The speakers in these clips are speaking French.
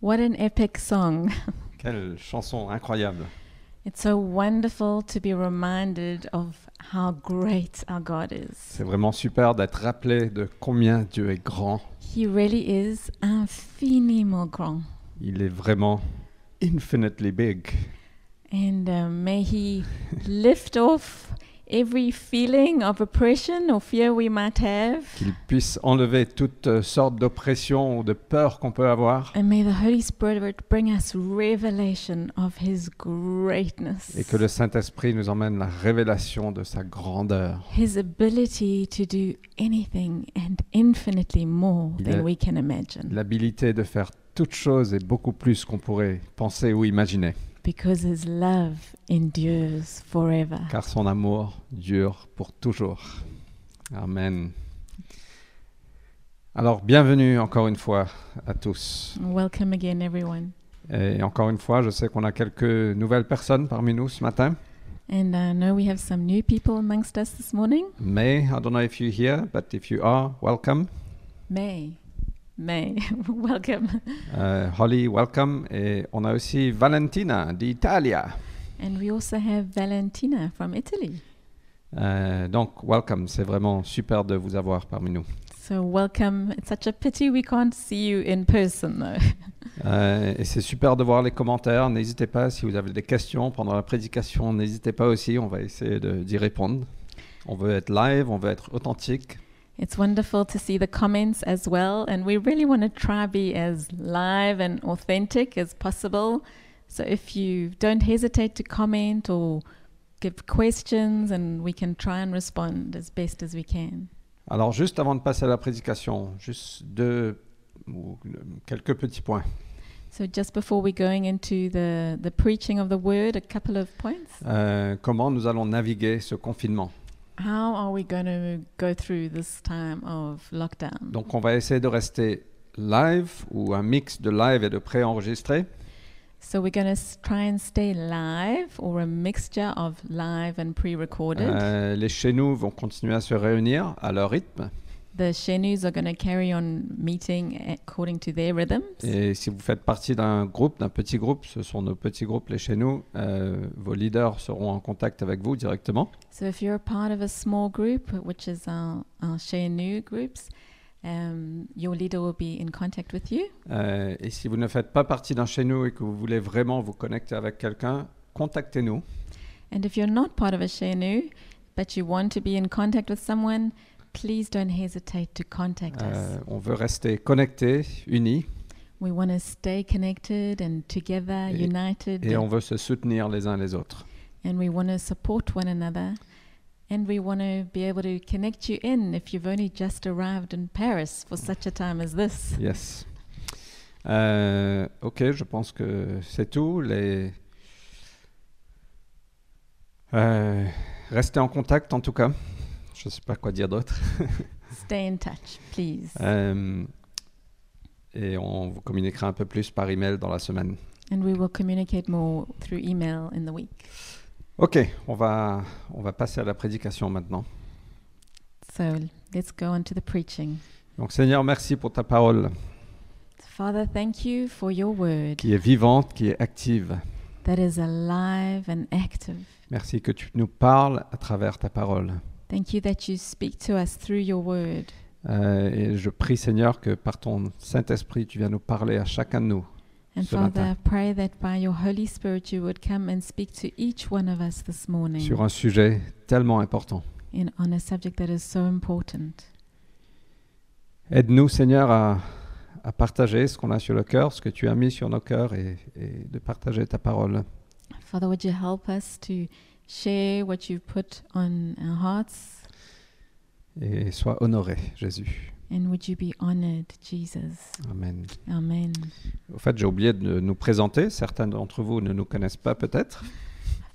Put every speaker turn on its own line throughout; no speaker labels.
What an epic song.
Quelle chanson incroyable.
It's so wonderful to be reminded of how great our God is.
C'est vraiment super d'être rappelé de combien Dieu est grand.
He really is infiniment grand.
Il est vraiment infinitely big.
And uh, may He lift off every feeling of oppression or fear we might have.
Qu'il puisse enlever toutes euh, sortes d'oppressions ou de peurs qu'on peut avoir.
And may the Holy Spirit bring us revelation of His greatness,
Et que le Saint-Esprit nous emmène la révélation de sa grandeur.
His ability to do anything and infinitely more
Il
than
est-
we can imagine,
L'habilité de faire toutes choses et beaucoup plus qu'on pourrait penser ou imaginer.
because His love endures forever.
Car son amour dure pour toujours. Amen. Alors, bienvenue encore une fois à tous.
Welcome again, everyone.
Et encore une fois, je sais qu'on a quelques nouvelles personnes parmi nous ce matin.
And I know we have some new people amongst us this morning.
May, I don't know if you're here, but if you are, welcome.
May. May, welcome.
Euh, Holly, welcome. Et on a aussi Valentina d'Italia.
And we also have Valentina from Italy.
Euh, donc, welcome. C'est vraiment super de vous avoir parmi nous.
So, welcome. It's such a pity we can't see you in person, though.
Euh, et c'est super de voir les commentaires. N'hésitez pas si vous avez des questions pendant la prédication. N'hésitez pas aussi. On va essayer de- d'y répondre. On veut être live, on veut être authentique.
It's wonderful to see the comments as well. And we really want to try be as live and authentic as possible. So, if you don't hesitate to comment or give questions, and we can try and respond as best as we can.
Alors, juste avant de passer à la prédication, juste deux ou quelques petits points.
So just before we're going into the, the preaching of the word, a couple of points.
Euh, comment nous allons naviguer ce confinement
How are we going to go through this time of lockdown?
Donc, on va essayer de rester live ou un mix de live et de préenregistré.
So we're going to try and stay live or a mixture of live and pre-recorded.
Euh, les chez nous vont continuer à se réunir à leur rythme.
the Shenus are going to carry on meeting according to their rhythms.
Et si vous faites partie d'un groupe, d'un petit groupe, ce sont nos petits groupes, les chez nous, euh, vos leaders seront en contact avec vous directement.
So if you're a part of a small group, which is our, our Shenu groups, um, your leader will be in contact with you.
Euh, et si vous ne faites pas partie d'un chez nous et que vous voulez vraiment vous connecter avec quelqu'un, contactez-nous.
And if you're not part of a Shenu, but you want to be in contact with someone, please don't hesitate to contact
Euh,
us.
on veut rester connectés, unis,
We want to stay connected and together,
Et-
united,
et on
and,
veut se soutenir les uns les autres.
we want to support one another. And we want to be able to connect you in if you've only just arrived in Paris for such a time as this.
Yes. Euh, ok, je pense que c'est tout. Les... Euh, restez en contact en tout cas. Je ne sais pas quoi dire d'autre.
Stay in touch, please.
Euh, et on vous communiquera un peu plus par email dans la semaine.
and we will communicate more through email in the week.
Ok, on va, on va passer à la prédication maintenant.
So let's go on to the preaching.
Donc Seigneur, merci pour ta parole
Father, thank you for your word.
qui est vivante, qui est active.
that is alive and active.
Merci que tu nous parles à travers ta parole.
Thank you that you speak to us through your word.
Euh, et je prie Seigneur que par ton Saint-Esprit, tu viens nous parler à chacun de nous.
And
Ce
Father,
matin.
I pray that by your Holy Spirit you would come and speak to each one of us this morning
sur un sujet tellement important.
in, on a subject that is so important.
Aide-nous, Seigneur, à, à partager ce qu'on a sur le cœur, ce que tu as mis sur nos cœurs et, et de partager ta parole.
Father, would you help us to share what you've put on our hearts?
Et sois honoré, Jésus.
And would you be honored, Jesus?
Amen.
Amen.
Au fait, j'ai oublié de nous présenter. Certains d'entre vous ne nous connaissent pas peut-être.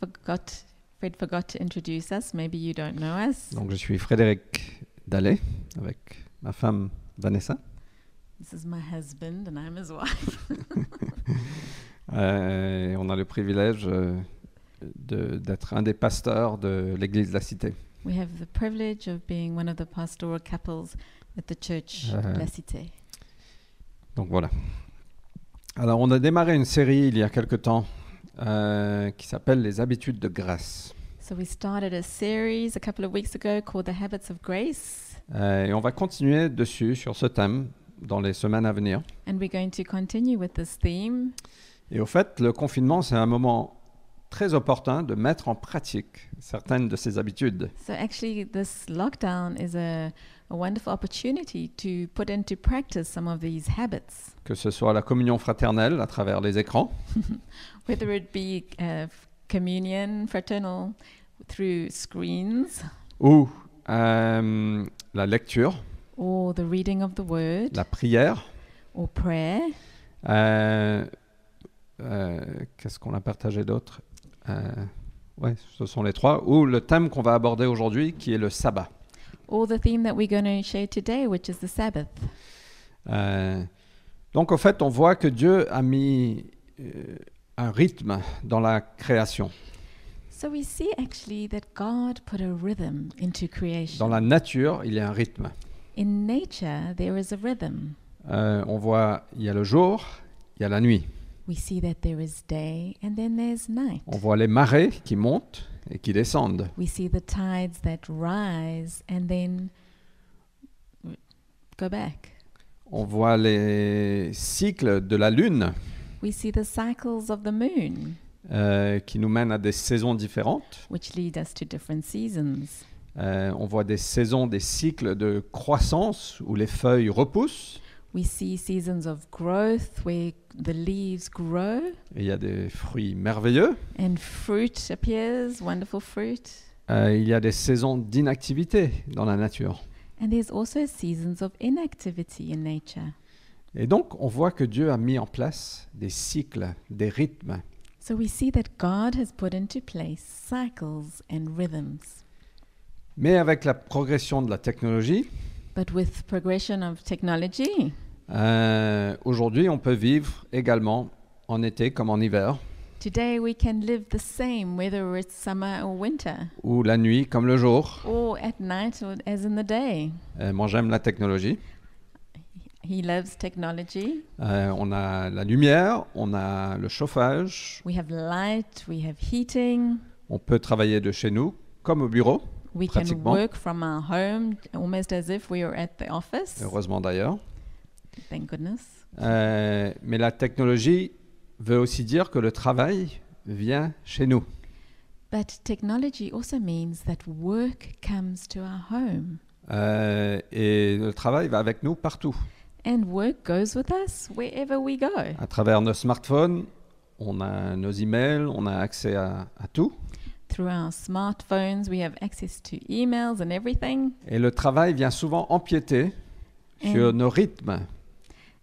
I forgot, Fred forgot to introduce us. Maybe you don't know us.
Donc, je suis Frédéric Dallet avec ma femme Vanessa.
This is my husband, and I'm his wife.
Euh, et on a le privilège euh, de- d'être un des pasteurs de l'Église de la Cité.
We have the privilege of being one of the pastoral couples at the church
Uh-huh.
La Cité.
Donc voilà. Alors, on a démarré une série il y a quelque temps euh, qui s'appelle Les habitudes de grâce.
So we started a series a couple of weeks ago called The Habits of Grace,
Euh, et on va continuer dessus, sur ce thème, dans les semaines à venir.
and we're going to continue with this theme.
Et au fait, le confinement, c'est un moment très opportun de mettre en pratique certaines de ces habitudes.
So actually, this lockdown is a, a wonderful opportunity to put into practice some of these habits,
que ce soit la communion fraternelle à travers les écrans,
whether it be uh, f- communion, fraternal, through screens,
ou euh, la lecture,
or the reading of the word,
la prière.
or prayer,
euh, euh, Qu'est-ce qu'on a partagé d'autre Euh, Ouais, ce sont les trois. Ou le thème qu'on va aborder aujourd'hui, qui est le sabbat.
or the theme that we're going to share today, which is the Sabbath.
Euh, donc, au fait, on voit que Dieu a mis euh, un rythme dans la création,
So we see actually that God put a rhythm into creation.
dans la nature. Il y a un rythme.
In nature, there is a rhythm.
Euh, on voit, il y a le jour, il y a la nuit.
We see that there is day and then there's night.
On voit les marées qui montent et qui descendent.
We see the tides that rise and then w- go back.
On voit les cycles de la lune
We see the cycles of the moon,
euh, qui nous mènent à des saisons différentes.
which lead us to different seasons.
Euh, on voit des saisons, des cycles de croissance où les feuilles repoussent
We see seasons of growth where the leaves grow
et il y a des fruits merveilleux.
and fruit appears, wonderful fruit.
Euh, il y a des saisons d'inactivité dans la nature.
And there's also seasons of inactivity in nature.
Et donc, on voit que Dieu a mis en place des cycles, des rythmes.
So we see that God has put into place cycles and rhythms.
Mais avec la progression de la technologie,
But with progression of technology,
Euh, Aujourd'hui, on peut vivre également en été comme en hiver,
today we can live the same whether it's summer or winter,
ou la nuit comme le jour.
or at night or as in the day.
Euh, moi, j'aime la technologie.
He loves technology.
Euh, on a la lumière, on a le chauffage,
We have light, we have heating,
on peut travailler de chez nous comme au bureau,
we can
Pratiquement.
work from our home almost as if we are at the office.
heureusement d'ailleurs.
Thank goodness.
Euh, mais la technologie veut aussi dire que le travail vient chez nous.
But technology also means that work comes to our home.
Euh, et le travail va avec nous partout.
And work goes with us wherever we go.
À travers nos smartphones, on a nos emails, on a accès à- à tout.
Through our smartphones, we have access to emails and everything.
Et le travail vient souvent empiéter
Mm.
sur nos rythmes.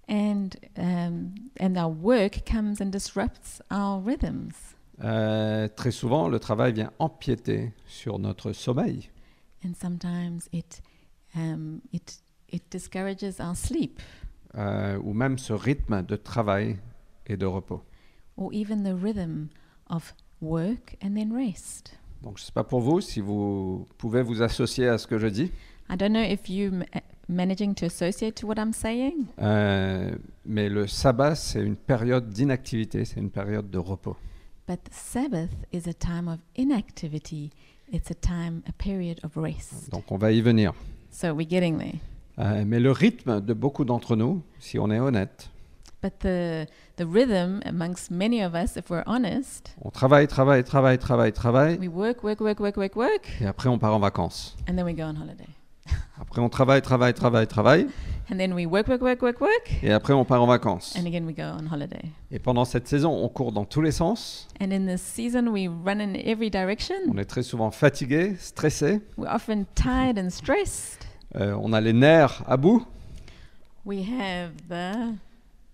And, um, and our work comes and disrupts our rhythms.
Euh, très souvent, le travail vient empiéter sur notre sommeil.
And sometimes it, um, it, it discourages our sleep
euh, ou même ce rythme de travail et de repos.
or even the rhythm of work and then rest.
Donc, je ne sais pas pour vous si vous pouvez vous associer à ce que je dis,
I don't know if you m- uh, managing to associate to what I'm saying,
euh, mais le sabbat, c'est une période d'inactivité, c'est une période de repos.
but the Sabbath is a time of inactivity. It's a time, a period of rest.
Donc, on va y venir.
So we're getting there.
Euh, mais le rythme de beaucoup d'entre nous, si on est honnête,
But the the rhythm amongst many of us, if we're honest,
on travaille, travaille, travaille, travaille, travaille,
we work, work, work, work, work, work,
et après on part en vacances.
and then we go on holiday.
Après, on travaille, travaille, travaille, travaille,
And then we work, work, work, work, work,
et après on part en vacances.
and again we go on holiday.
Et pendant cette saison, on court dans tous les sens,
And in this season, we run in every
on
direction.
est très souvent fatigué, stressé,
We're often tired and stressed.
euh, on a les nerfs à bout.
We have the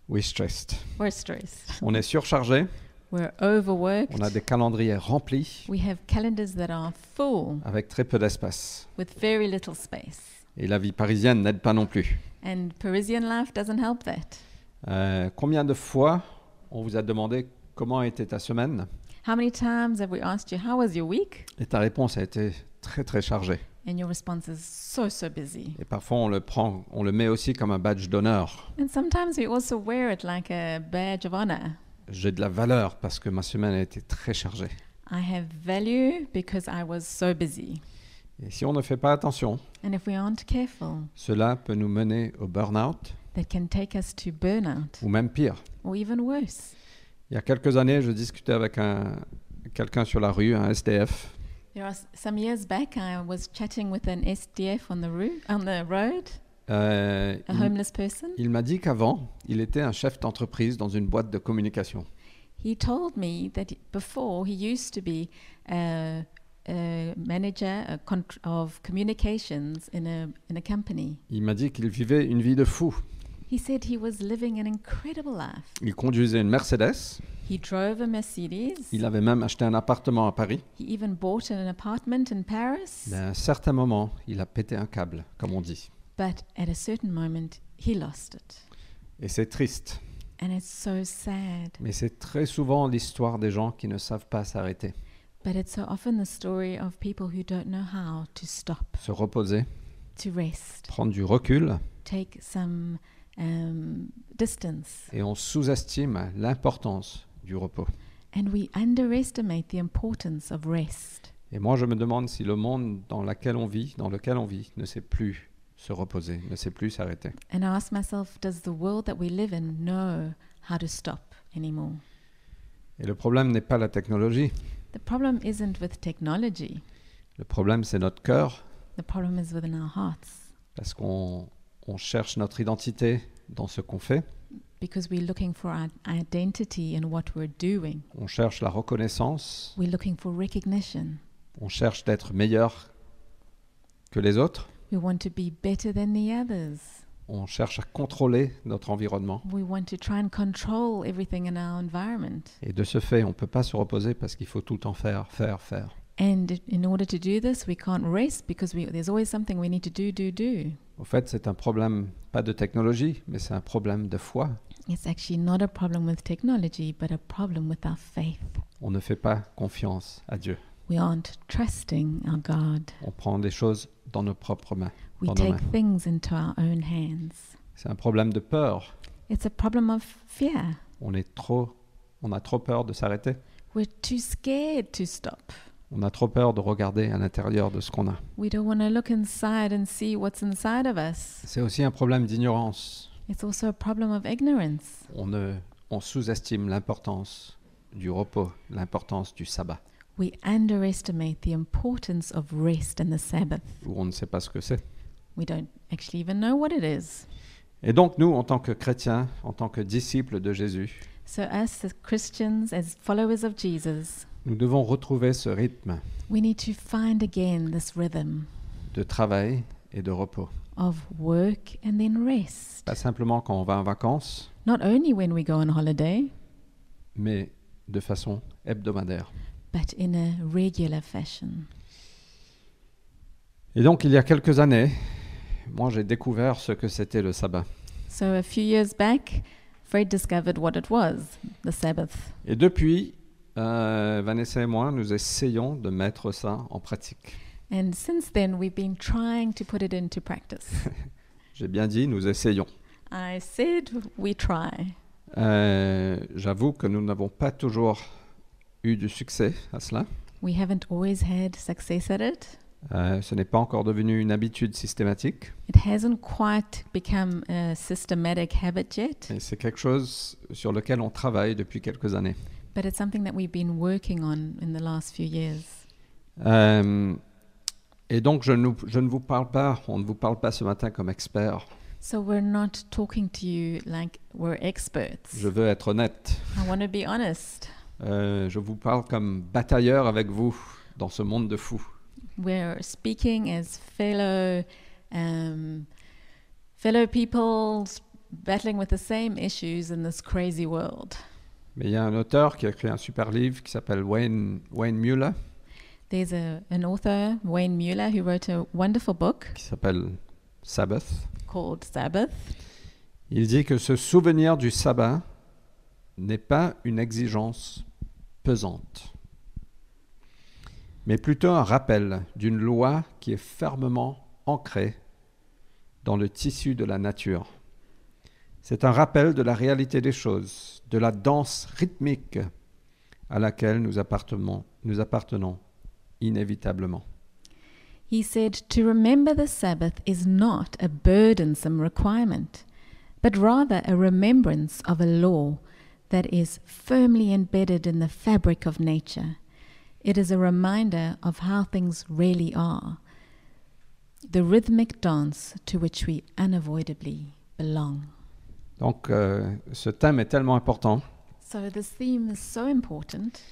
Oui, stressed.
we're stressed.
On est surchargé,
We're overworked.
on a des calendriers remplis
We have calendars that are full
avec très peu d'espace.
with very little space.
Et la vie parisienne n'aide pas non plus.
And Parisian life doesn't help that.
Euh, combien de fois on vous a demandé comment était ta semaine
How many times have we asked you, How was your week?
Et ta réponse a été très très chargée.
and your response is so, so busy.
Et parfois, on le prend, on le met aussi comme un badge d'honneur.
And sometimes we also wear it like a badge of honor.
J'ai de la valeur parce que ma semaine a été très chargée.
I have value because I was so busy.
Et si on ne fait pas attention,
And if we aren't careful,
cela peut nous mener au burn-out
that can take us to burnout
ou même pire.
or even worse.
Il y a quelques années, je discutais avec un, quelqu'un sur la rue, un SDF,
There are s- some years back, I was chatting with an SDF on the, roo- on the road,
Euh,
a
il,
homeless person.
il m'a dit qu'avant, il était un chef d'entreprise dans une boîte de communication.
He told me that he- before he used to be a, a manager a contr of communications in a, in a company.
Il m'a dit qu'il vivait une vie de fou.
He said he was living an incredible life.
Il conduisait une Mercedes.
He drove a Mercedes.
Il avait même acheté un appartement à Paris.
He even bought an apartment in Paris.
Mais à un certain moment, il a pété un câble, comme on dit.
But at a certain moment, he lost it.
Et c'est triste.
And it's so sad.
Mais c'est très souvent l'histoire des gens qui ne savent pas s'arrêter,
But it's so often the story of people who don't know how to stop,
se reposer,
to rest,
prendre du recul.
take some um, distance.
Et on sous-estime l'importance du repos.
And we underestimate the importance of rest.
Et moi, je me demande si le monde dans lequel on vit, dans lequel on vit, ne sait plus se reposer, ne sait plus s'arrêter.
And I ask myself, does the world that we live in know how to stop anymore?
Et le problème n'est pas la technologie.
The problem isn't with technology,
Le problème, c'est notre cœur,
the problem is within our hearts
parce qu'on on cherche notre identité dans ce qu'on fait.
because we're looking for our identity in what we're doing.
On cherche la reconnaissance.
We're looking for recognition.
On cherche d'être meilleur que les autres.
We want to be better than the others.
On cherche à contrôler notre environnement.
We want to try and control everything in our environment.
Et de ce fait, on ne peut pas se reposer parce qu'il faut tout le temps faire, faire, faire.
And in order to do this, we can't rest because we, there's always something we need to do, do, do.
Au fait, c'est un problème, pas de technologie, mais c'est un problème de foi.
It's actually not a problem with technology, but a problem with our faith.
On ne fait pas confiance à Dieu.
We aren't trusting our God.
On prend des choses dans nos propres mains.
We
Pardon
take
me.
things into our own hands.
C'est un problème de peur.
It's a problem of fear.
On est trop, on a trop peur de s'arrêter.
We're too scared to stop.
On a trop peur de regarder à l'intérieur de ce qu'on a.
We don't want to look inside and see what's inside of us.
C'est aussi un problème d'ignorance.
It's also a problem of ignorance.
On ne, on sous-estime l'importance du repos, l'importance du sabbat,
We underestimate the importance of rest and the Sabbath.
où on ne sait pas ce que c'est.
We don't actually even know what it is.
Et donc nous, en tant que chrétiens, en tant que disciples de Jésus,
So, us as Christians, as followers of Jesus,
nous devons retrouver ce rythme
we need to find again this rhythm.
de travail et de repos.
of work and then rest.
Pas simplement quand on va en vacances,
Not only when we go on holiday,
mais de façon hebdomadaire.
but in a regular fashion.
Et donc, il y a quelques années, moi, j'ai découvert ce que c'était le sabbat.
So a few years back, Fred discovered what it was the Sabbath.
Et depuis, euh, Vanessa et moi, nous essayons de mettre ça en pratique.
And since then, we've been trying to put it into practice.
J'ai bien dit, nous essayons.
I said we try.
Euh, J'avoue que nous n'avons pas toujours eu du succès à cela.
We haven't always had success at it.
Euh, ce n'est pas encore devenu une habitude systématique.
It hasn't quite become a systematic habit yet,
Et c'est quelque chose sur lequel on travaille depuis quelques années.
but it's something that we've been working on in the last few years.
Euh, et donc, je, nous- je ne vous parle pas, on ne vous parle pas ce matin comme expert.
So we're not talking to you like we're experts.
Je veux être honnête.
I want to be honest.
Euh, je vous parle comme batailleur avec vous dans ce monde de fous.
We're speaking as fellow um, fellow people s- battling with the same issues in this crazy world.
Mais il y a un auteur qui a écrit un super livre qui s'appelle Wayne, Wayne Mueller,
There's a, an author, Wayne Mueller, who wrote a wonderful book
qui s'appelle Sabbath.
called Sabbath.
Il dit que ce souvenir du sabbat n'est pas une exigence pesante, mais plutôt un rappel d'une loi qui est fermement ancrée dans le tissu de la nature. C'est un rappel de la réalité des choses, de la danse rythmique à laquelle nous appartenons, nous appartenons inévitablement.
He said to remember the Sabbath is not a burdensome requirement, but rather a remembrance of a law that is firmly embedded in the fabric of nature. It is a reminder of how things really are, the rhythmic dance to which we unavoidably belong.
Donc euh, ce thème est tellement important.
So, this theme is so important.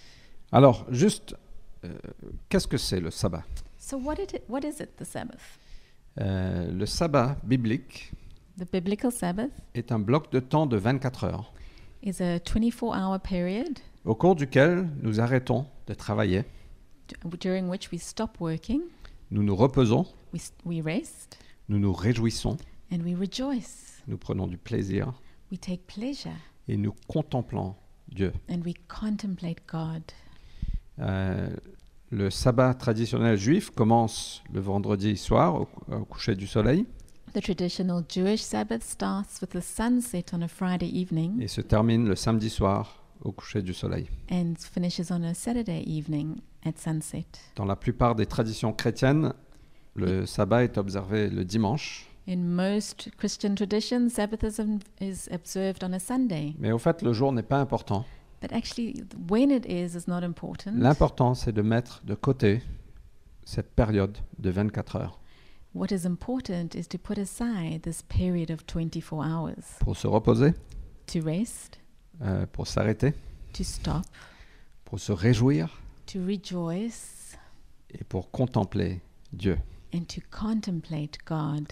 Alors juste, euh, qu'est-ce que c'est le sabbat
So, what, it, what is it, the Sabbath?
Euh, Le sabbat biblique
The biblical Sabbath
est un bloc de temps de 24 heures
is a 24 hour period
au cours duquel nous arrêtons de travailler,
d- during which we stop working,
nous nous reposons,
we, s- we rest,
nous nous réjouissons,
and we rejoice.
nous prenons du plaisir
We take pleasure
et nous contemplons Dieu.
and we contemplate God.
Euh, le sabbat traditionnel juif commence le vendredi soir au, au coucher du soleil
The traditional Jewish Sabbath starts with the sunset on a Friday evening
et se termine le samedi soir au coucher du soleil.
and finishes on a Saturday evening at sunset.
Dans la plupart des traditions chrétiennes, le sabbat est observé le dimanche,
In most Christian traditions, Sabbath is, ob- is observed on a Sunday,
mais au fait le jour n'est pas important.
but actually, th- when it is is not important.
L'important c'est de mettre de côté cette période de 24 heures
What is important is to put aside this period of 24 hours
pour se reposer,
to rest,
euh, pour s'arrêter,
to stop,
pour se réjouir
to rejoice,
et pour contempler Dieu
and to contemplate God,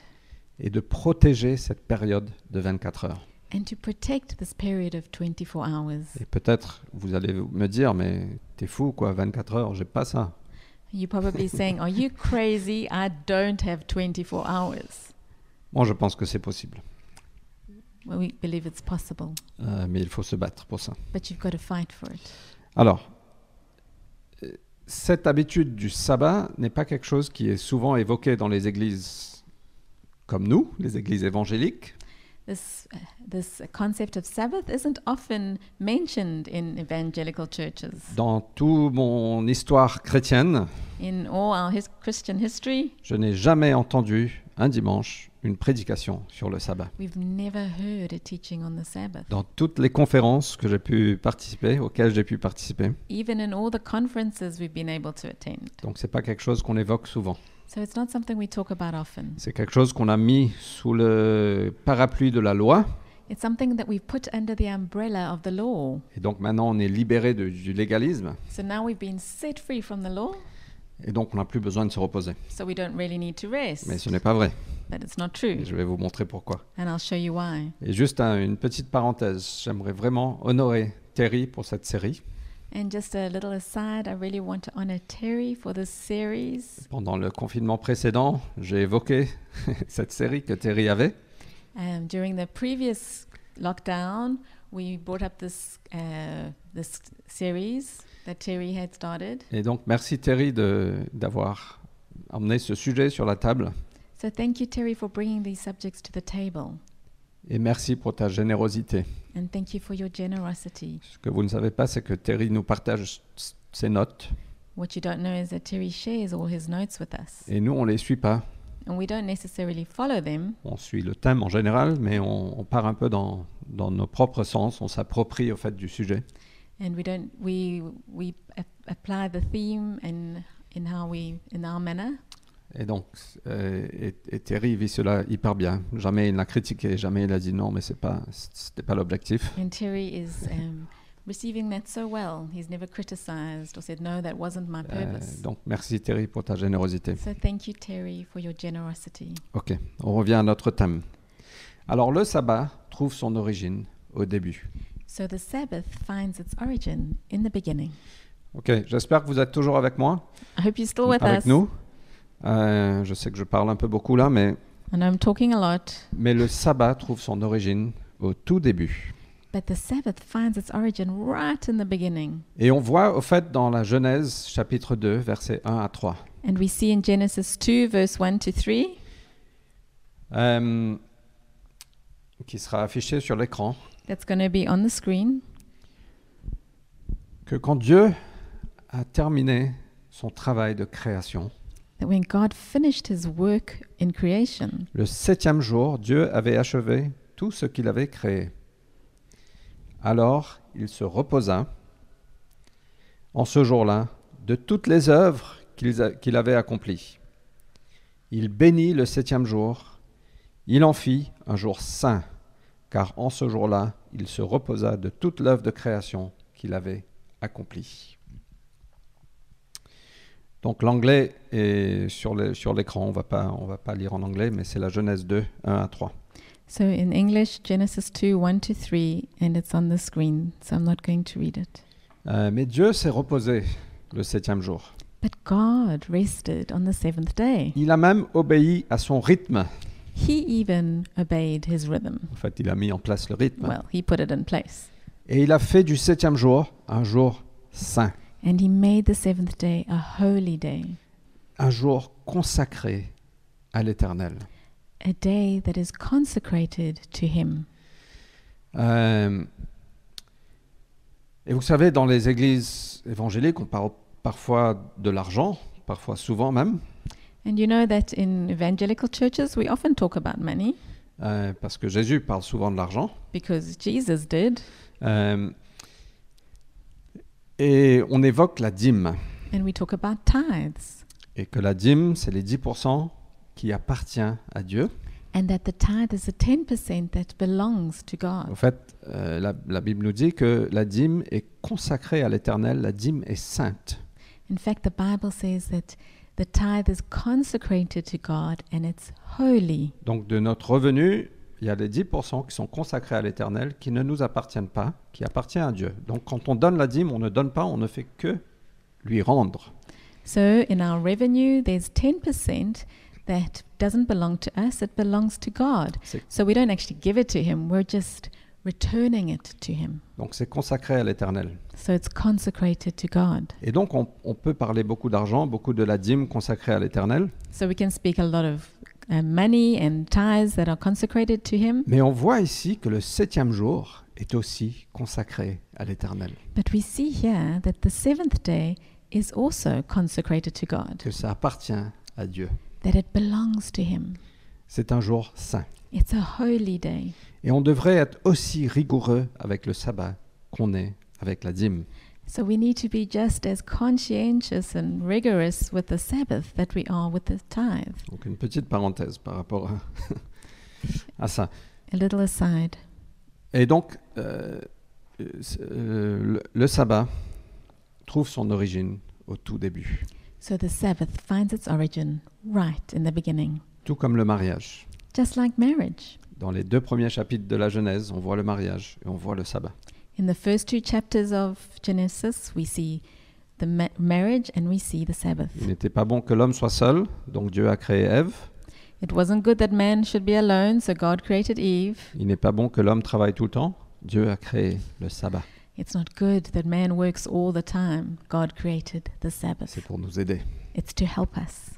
et de protéger cette période de 24 heures.
and to protect this period of 24 hours.
Et peut-être vous allez me dire, mais t'es fou quoi, 24 heures, j'ai pas ça.
You're probably saying, Are you crazy? I don't have 24 hours.
Moi je pense que c'est possible,
Well, we believe it's possible,
Euh, mais il faut se battre pour ça.
but you've got to fight for it.
Alors, euh, cette habitude du sabbat n'est pas quelque chose qui est souvent évoqué dans les églises comme nous, les églises évangéliques,
This, uh, this concept of Sabbath isn't often mentioned in evangelical churches.
dans toute mon histoire chrétienne.
In all our his- Christian history,
Je n'ai jamais entendu un dimanche une prédication sur le sabbat.
We've never heard a teaching on the Sabbath.
Dans toutes les conférences que j'ai pu participer, auxquelles j'ai pu participer,
Even in all the conferences we've been able to attend.
donc c'est pas quelque chose qu'on évoque souvent.
So it's not something we talk about often.
C'est quelque chose qu'on a mis sous le parapluie de la loi,
It's something that we've put under the umbrella of the law.
et donc maintenant on est libéré de- du légalisme,
So now we've been set free from the law,
et donc on n'a plus besoin de se reposer.
so we don't really need to rest.
Mais ce n'est pas vrai.
But it's not
Et
true.
je vais vous montrer pourquoi.
And I'll show you why.
Et juste un- une petite parenthèse, j'aimerais vraiment honorer Terry pour cette série.
And just a little aside, I really want to honor Terry for this series.
Pendant le confinement précédent, j'ai évoqué cette série que Terry avait.
Um, during the previous lockdown, we brought up this, uh, this series that Terry had started.
Et donc merci Terry de- d'avoir amené ce sujet sur la table.
So thank you, Terry, for bringing these subjects to the table.
Et merci pour ta générosité.
And thank you for your generosity.
Ce que vous ne savez pas, c'est que Terry nous partage s- ses notes.
What you don't know is that Terry shares all his notes with us.
Et nous, on ne les suit pas.
And we don't necessarily follow them.
On suit le thème en général, mais on, on part un peu dans, dans nos propres sens. On s'approprie au fait du sujet.
And we don't, we, we a- apply the theme and in how we, in our manner.
Et donc, euh, et, et Terry vit cela hyper bien. Jamais il n'a critiqué, jamais il a dit non, mais c'est pas, c'était pas l'objectif.
And Terry is um, receiving that so well. He's never criticized or said, no, that wasn't my
Euh,
purpose.
donc, merci Terry pour ta générosité.
So thank you, Terry, for your generosity.
Ok, on revient à notre thème. Alors, le sabbat trouve son origine au début.
So the Sabbath finds its origin in the beginning.
Ok, j'espère que vous êtes toujours avec moi,
I hope you're still with
avec
us.
nous. Euh, je sais que je parle un peu beaucoup là, mais,
And I'm talking a lot.
mais le sabbat trouve son origine au tout début.
But the Sabbath finds its origin right in the beginning.
Et on voit au fait dans la Genèse chapitre 2 versets 1 à 3.
And we see in Genesis 2, verse 1 to 3,
euh, qui sera affiché sur l'écran,
that's going to be on the screen,
que quand Dieu a terminé son travail de création,
that when God finished his work in creation,
le septième jour, Dieu avait achevé tout ce qu'il avait créé. Alors il se reposa en ce jour-là de toutes les œuvres qu'il a- qu'il avait accomplies. Il bénit le septième jour, il en fit un jour saint, car en ce jour-là, il se reposa de toute l'œuvre de création qu'il avait accomplie. Donc l'anglais est sur le- sur l'écran, on va pas- on ne va pas lire en anglais, mais c'est la Genèse 2, 1 à 3.
So in English, Genesis 2 1 to 3, and it's on the screen, so I'm not going to read it.
Euh, mais Dieu s'est reposé le septième jour.
But God rested on the seventh day.
Il a même obéi à son rythme.
He even obeyed his rhythm.
En fait, il a mis en place le rythme.
Well, he put it in place.
Et il a fait du septième jour un jour saint,
And he made the seventh day a holy day,
un jour consacré à l'Éternel.
a day that is consecrated to him.
Euh, et vous savez, dans les églises évangéliques, on parle parfois de l'argent, parfois souvent même,
And you know that in evangelical churches, we often talk about money
euh, parce que Jésus parle souvent de l'argent.
because Jesus did,
Euh, et on évoque la dîme.
and we talk about tithes,
Et que la dîme, c'est les 10% qui appartient à Dieu.
and that the tithe is the 10% that belongs to
En
God.
fait, euh, la, la Bible nous dit que la dîme est consacrée à l'Éternel, la dîme est sainte.
In fact, the Bible says that the tithe is consecrated to God and it's holy.
Donc de notre revenu, il y a les 10% qui sont consacrés à l'Éternel, qui ne nous appartiennent pas, qui appartiennent à Dieu. Donc quand on donne la dîme, on ne donne pas, on ne fait que lui rendre.
So in our revenue, there's 10% that doesn't belong to us, it belongs to God.
C'est-
So we don't actually give it to Him, we're just returning it to Him.
Donc c'est consacré à l'Éternel.
So it's consecrated to God.
Et donc on, on peut parler beaucoup d'argent, beaucoup de la dîme consacrée à l'Éternel,
So we can speak a lot of uh, money and tithes that are consecrated to Him,
mais on voit ici que le septième jour est aussi consacré à l'Éternel.
but we see here that the seventh day is also consecrated to God,
que ça appartient à Dieu.
that it belongs to Him.
C'est un jour saint.
It's a holy day.
Et on devrait être aussi rigoureux avec le sabbat qu'on est avec la dîme.
So we need to be just as conscientious and rigorous with the Sabbath that we are with the tithe.
Donc une petite parenthèse par rapport à, à ça.
A little aside.
Et donc, euh, euh, c'est- euh, le, le sabbat trouve son origine au tout début,
So the Sabbath finds its origin right in the beginning,
tout comme le mariage.
just like marriage.
Dans les deux premiers chapitres de la Genèse, on voit le mariage et on voit le sabbat.
In the first two chapters of Genesis, we see the ma- marriage and we see the
Il
Sabbath.
n'était pas bon que l'homme soit seul, donc Dieu a créé Ève.
It wasn't good that man should be alone, so God created Eve.
Il n'est pas bon que l'homme travaille tout le temps, Dieu a créé le sabbat.
It's not good that man works all the time. God created the
C'est
Sabbath.
pour nous aider.
It's to help us.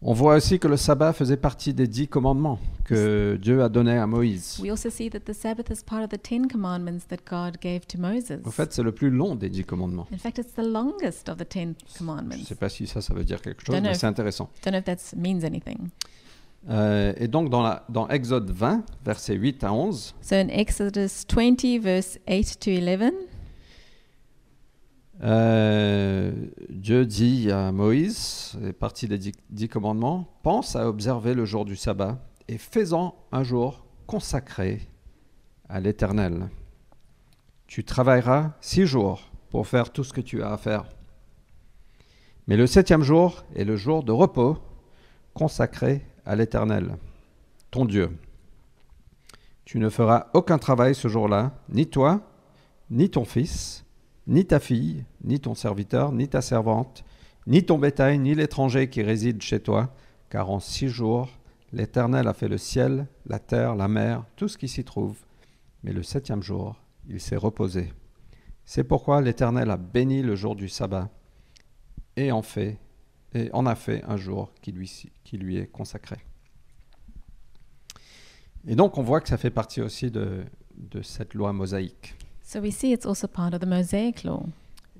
On voit aussi que le sabbat faisait partie des dix commandements que Dieu a donnés à Moïse.
We also see that the Sabbath is part of the Ten Commandments that God gave to Moses.
En fait, c'est le plus long des dix commandements.
In fact, it's the longest of the Ten
Je ne
Commandments.
sais pas si ça, ça veut dire quelque chose,
Don't
mais
know.
c'est intéressant.
Don't know if that means anything.
Euh, et donc, dans, la- dans Exode 20, versets 8 à 11,
So in Exodus 20, verse 8 to 11,
euh, Dieu dit à Moïse, c'est partie des dix, dix commandements, pense à observer le jour du sabbat et fais-en un jour consacré à l'Éternel. Tu travailleras six jours pour faire tout ce que tu as à faire. Mais le septième jour est le jour de repos consacré à l'Éternel, ton Dieu. Tu ne feras aucun travail ce jour-là, ni toi, ni ton fils, ni ta fille, ni ton serviteur, ni ta servante, ni ton bétail, ni l'étranger qui réside chez toi, car en six jours, l'Éternel a fait le ciel, la terre, la mer, tout ce qui s'y trouve, Mais le septième jour, il s'est reposé. C'est pourquoi l'Éternel a béni le jour du sabbat et en, fait, et en a fait un jour qui lui, qui lui est consacré. Et donc on voit que ça fait partie aussi de, de cette loi mosaïque.
So we see it's also part of the Mosaic law.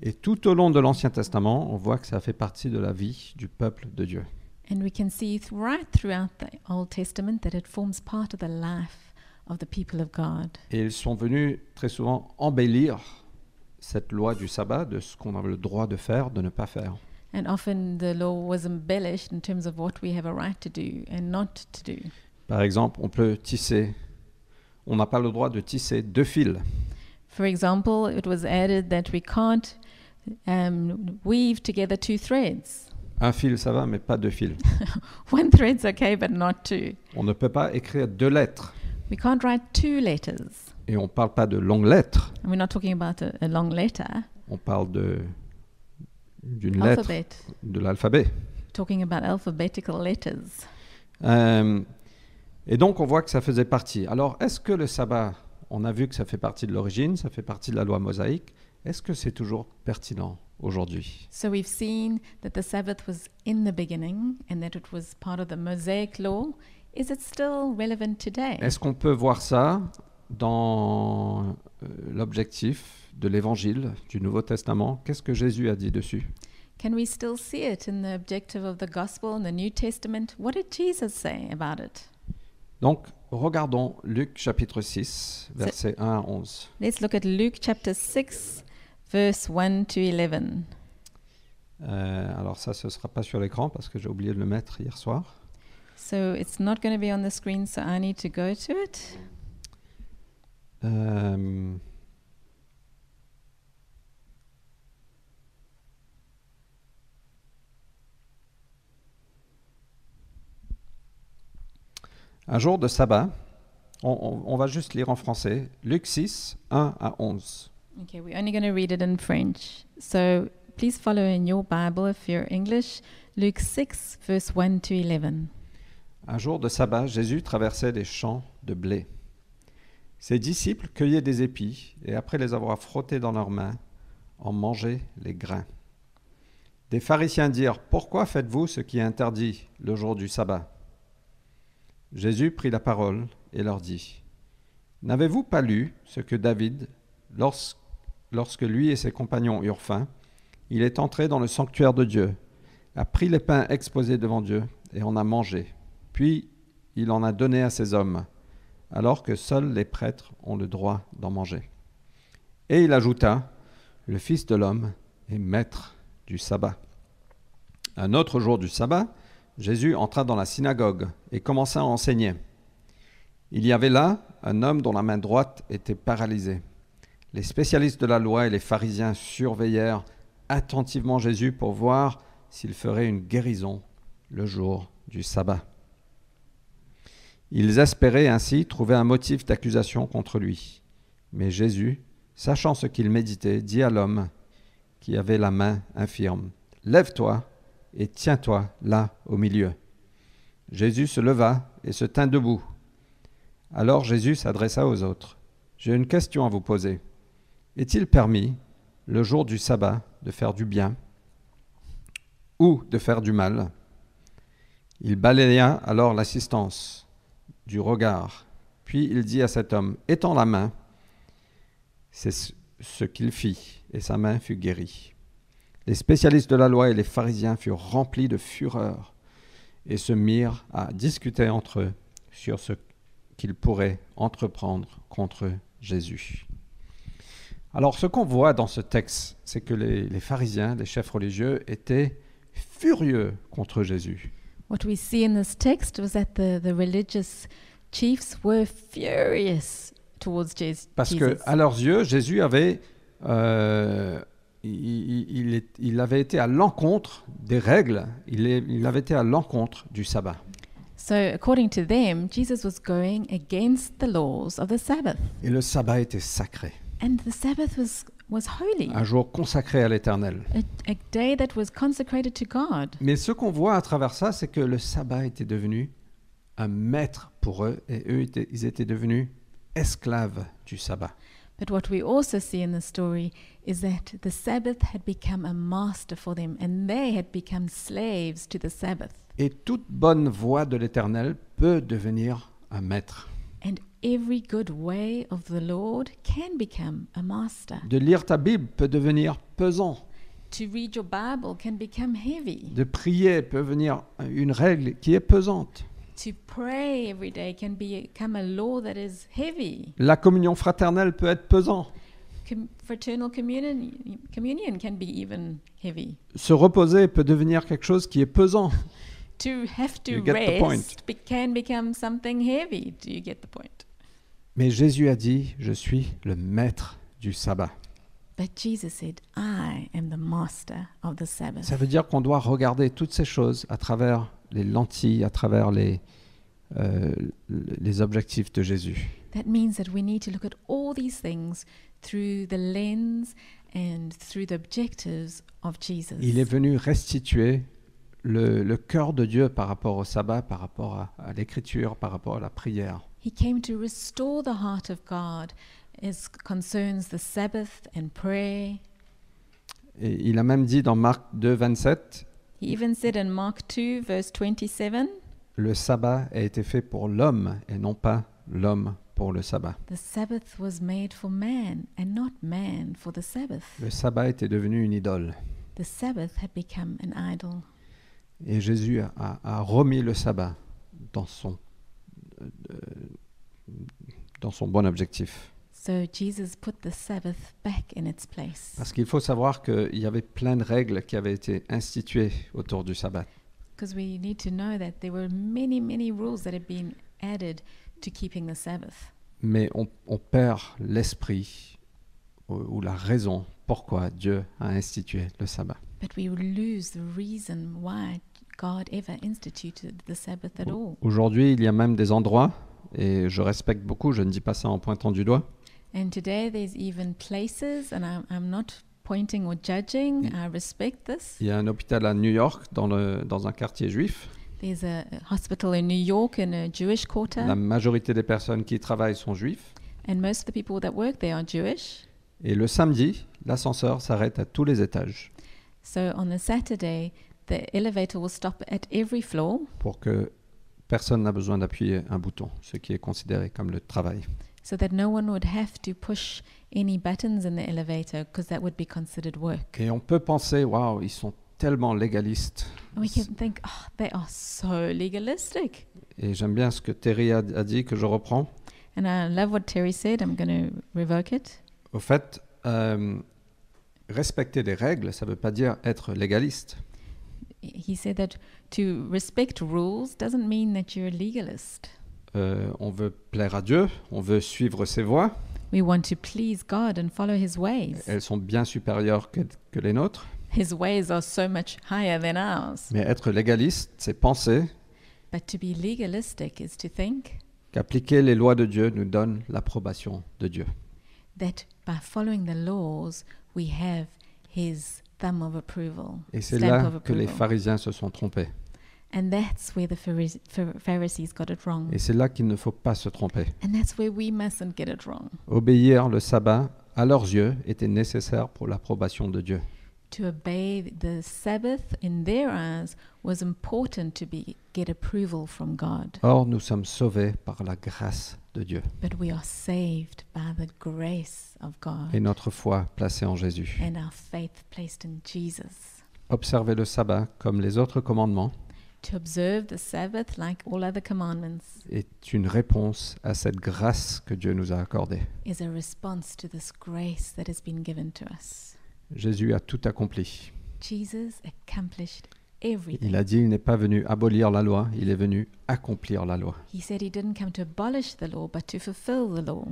Et tout au long de l'Ancien Testament, on voit que ça fait partie de la vie du peuple de Dieu.
And we can see th- right throughout the Old Testament that it forms part of the life of the people of God.
Et ils sont venus très souvent embellir cette loi du sabbat, de ce qu'on a le droit de faire, de ne pas faire.
And often the law was embellished in terms of what we have a right to do and not to do.
Par exemple, on peut tisser. On n'a pas le droit de tisser deux fils.
For example, it was added that we can't um, weave together two threads.
Un fil, ça va, mais pas deux fils.
One thread's okay, but not two.
On ne peut pas écrire deux lettres.
We can't write two letters.
Et on ne parle pas de longues lettres.
And we're not talking about a, a long letter,
On parle de d'une lettre,
alphabet,
de l'alphabet.
talking about alphabetical letters.
Euh, et donc, on voit que ça faisait partie. Alors, est-ce que le sabbat, on a vu que ça fait partie de l'origine, ça fait partie de la loi mosaïque, est-ce que c'est toujours pertinent aujourd'hui
So we've seen that the Sabbath was in the beginning and that it was part of the Mosaic law. Is it still relevant today?
Est-ce qu'on peut voir ça dans euh, l'objectif de l'évangile du Nouveau Testament Qu'est-ce que Jésus a dit dessus
Can we still see it in the objective of the gospel in the New Testament? What did Jesus say about it?
Donc, regardons Luc chapitre 6, versets 1 à 11.
Let's look at Luke chapter 6, verse 1 to 11.
Euh, alors ça, ce ne sera pas sur l'écran parce que j'ai oublié de le mettre hier soir.
So it's not going to be on the screen, so I need to go to it.
Euh, Un jour de sabbat, on, on- on va juste lire en français, Luc 6, 1 à 11.
Okay, we're only going to read it in French. So please follow in your Bible if you're English, Luke 6, verse 1 to 11.
Un jour de sabbat, Jésus traversait des champs de blé. Ses disciples cueillaient des épis et après les avoir frottés dans leurs mains, en mangeaient les grains. Des pharisiens dirent Pourquoi faites-vous ce qui est interdit le jour du sabbat Jésus prit la parole et leur dit N'avez-vous pas lu ce que David, lorsque, lorsque lui et ses compagnons eurent faim, il est entré dans le sanctuaire de Dieu, a pris les pains exposés devant Dieu et en a mangé. Puis il en a donné à ses hommes, alors que seuls les prêtres ont le droit d'en manger. Et il ajouta, le Fils de l'homme est maître du sabbat. Un autre jour du sabbat, Jésus entra dans la synagogue et commença à enseigner. Il y avait là un homme dont la main droite était paralysée. Les spécialistes de la loi et les pharisiens surveillèrent attentivement Jésus pour voir s'il ferait une guérison le jour du sabbat. Ils espéraient ainsi trouver un motif d'accusation contre lui. Mais Jésus, sachant ce qu'il méditait, dit à l'homme qui avait la main infirme, Lève-toi et tiens-toi là au milieu. Jésus se leva et se tint debout. Alors Jésus s'adressa aux autres. J'ai une question à vous poser. Est-il permis, le jour du sabbat, de faire du bien ou de faire du mal Il balaya alors l'assistance du regard. Puis il dit à cet homme, étends la main. C'est ce- ce qu'il fit, et sa main fut guérie. Les spécialistes de la loi et les pharisiens furent remplis de fureur et se mirent à discuter entre eux sur ce qu'ils pourraient entreprendre contre Jésus. Alors ce qu'on voit dans ce texte, c'est que les, les pharisiens, les chefs religieux, étaient furieux contre Jésus.
What we see in this text was that the, the religious chiefs were furious towards Jes-
Parce que,
Jesus.
à leurs yeux, Jésus avait, euh, il, il- il est- il avait été à l'encontre des règles, il, est- il avait été à l'encontre du sabbat.
so according to them, Jesus was going against the laws of the Sabbath.
Et le sabbat était sacré,
And the Sabbath was, was holy,
un jour consacré à l'éternel.
a, a day that was consecrated to God.
Mais ce qu'on voit à travers ça, c'est que le sabbat était devenu un maître pour eux et eux, étaient- ils étaient devenus esclave du sabbat.
But what we also see in the story is that the Sabbath had become a master for them and they had become slaves to the Sabbath.
Et toute bonne voie de l'Éternel peut devenir un maître.
And every good way of the Lord can become a master.
De lire ta Bible peut devenir pesant.
To read your Bible can become heavy.
De prier peut devenir une règle qui est pesante.
To pray every day can become a law that is heavy.
La communion fraternelle peut être pesant.
Com- fraternal communion, communion can be even heavy.
Se reposer peut devenir quelque chose qui est pesant.
To have to
You get the point.
rest be- can become something heavy. Do you get the point?
Mais Jésus a dit, je suis le maître du sabbat.
But Jesus said, I am the master of the Sabbath.
Ça veut dire qu'on doit regarder toutes ces choses à travers les lentilles, à travers les, euh, les objectifs de Jésus.
That means that we need to look at all these things through the lens and through the objectives of Jesus.
Il est venu restituer le, le cœur de Dieu par rapport au sabbat, par rapport à, à l'écriture, par rapport à la prière.
He came to restore the heart of God as concerns the Sabbath and prayer.
Et il a même dit dans Marc 2, 27,
He even said in Mark 2, verse 27,
le sabbat a été fait pour l'homme et non pas l'homme pour le sabbat.
the Sabbath was made for man and not man for the Sabbath.
Le sabbat était devenu une idole.
The Sabbath had become an idol.
Et Jésus a, a- a remis le sabbat dans son, euh, dans son bon objectif.
So Jesus put the Sabbath back in its place.
Parce qu'il faut savoir qu'il y avait plein de règles qui avaient été instituées autour du sabbat.
Because we need to know that there were many, many rules that had been added to keeping the Sabbath.
Mais on, on perd l'esprit ou, ou la raison pourquoi Dieu a institué le sabbat.
But we lose the reason why God ever instituted the Sabbath at all.
Aujourd'hui, il y a même des endroits, et je respecte beaucoup, je ne dis pas ça en pointant du doigt,
And today there's even places, and I'm, I'm not pointing or judging, I respect this.
il y a un hôpital à New York, dans, le, dans un quartier juif.
There's a a hospital in New York in a Jewish quarter,
La majorité des personnes qui y travaillent sont juifs.
and most of the people that work there are Jewish.
Et le samedi, l'ascenseur s'arrête à tous les étages
So on a Saturday, the elevator will stop at every floor
pour que personne n'a besoin d'appuyer un bouton, ce qui est considéré comme le travail.
so that no one would have to push any buttons in the elevator because that would be considered work.
Et on peut penser, waouh, ils sont tellement légalistes.
And we can think, oh, they are so legalistic.
Et j'aime bien ce que Terry a, a dit, que je reprends.
And I love what Terry said. I'm going to revoke it.
Au fait, euh, respecter des règles, ça ne veut pas dire être légaliste.
He said that to respect rules doesn't mean that you're a legalist.
Euh, on veut plaire à Dieu, on veut suivre ses voies.
We want to please God and follow His ways.
Elles sont bien supérieures que- que les nôtres.
His ways are so much higher than ours.
Mais être légaliste, c'est penser
But to be legalistic is to think
qu'appliquer les lois de Dieu nous donne l'approbation de Dieu.
that by following the laws, we have His thumb of approval,
Et c'est
stamp
là
of
que les
approval.
pharisiens se sont trompés.
And that's where the Pharise- Phar- Pharisees got it wrong.
Et c'est là qu'il ne faut pas se tromper.
And that's where we mustn't get it wrong.
Obéir le sabbat, à leurs yeux, était nécessaire pour l'approbation de Dieu.
To obey the Sabbath in their eyes was important to be get approval from God.
Or, nous sommes sauvés par la grâce de Dieu
But we are saved by the grace of God
et notre foi placée en Jésus.
and our faith placed in Jesus.
Observer le sabbat, comme les autres commandements,
To observe the Sabbath like all other commandments
est une réponse à cette grâce que Dieu nous a accordée.
is a response to this grace that has been given to us.
Jésus a tout accompli.
Jesus accomplished
Il
everything.
a dit, il n'est pas venu abolir la loi, il est venu accomplir la loi.
He said he didn't come to abolish the law, but to fulfill the law.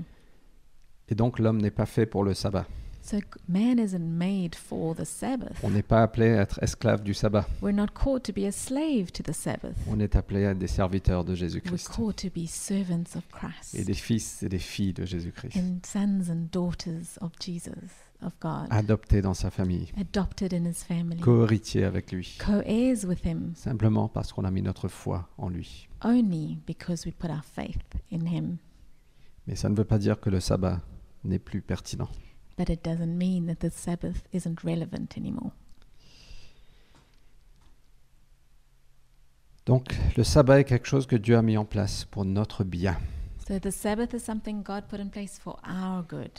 Et donc l'homme n'est pas fait pour le sabbat.
So g- man isn't made for the Sabbath.
On n'est pas appelé à être esclave du sabbat.
We're not called to be a slave to the Sabbath.
On est appelé à être des serviteurs de
We're
Jésus-Christ
called to be servants of
et
Christ
des fils et des filles de Jésus-Christ,
and sons and daughters of Jesus, of God,
adoptés dans sa famille,
adopted in his family,
co-héritiers avec lui,
co heirs with him,
simplement parce qu'on a mis notre foi en lui.
only because we put our faith in him.
Et ça ne veut pas dire que le sabbat n'est plus pertinent.
But it doesn't mean that the Sabbath isn't relevant anymore.
Donc le sabbat est quelque chose que Dieu a mis en place pour notre bien.
So the Sabbath is something God put in place for our good.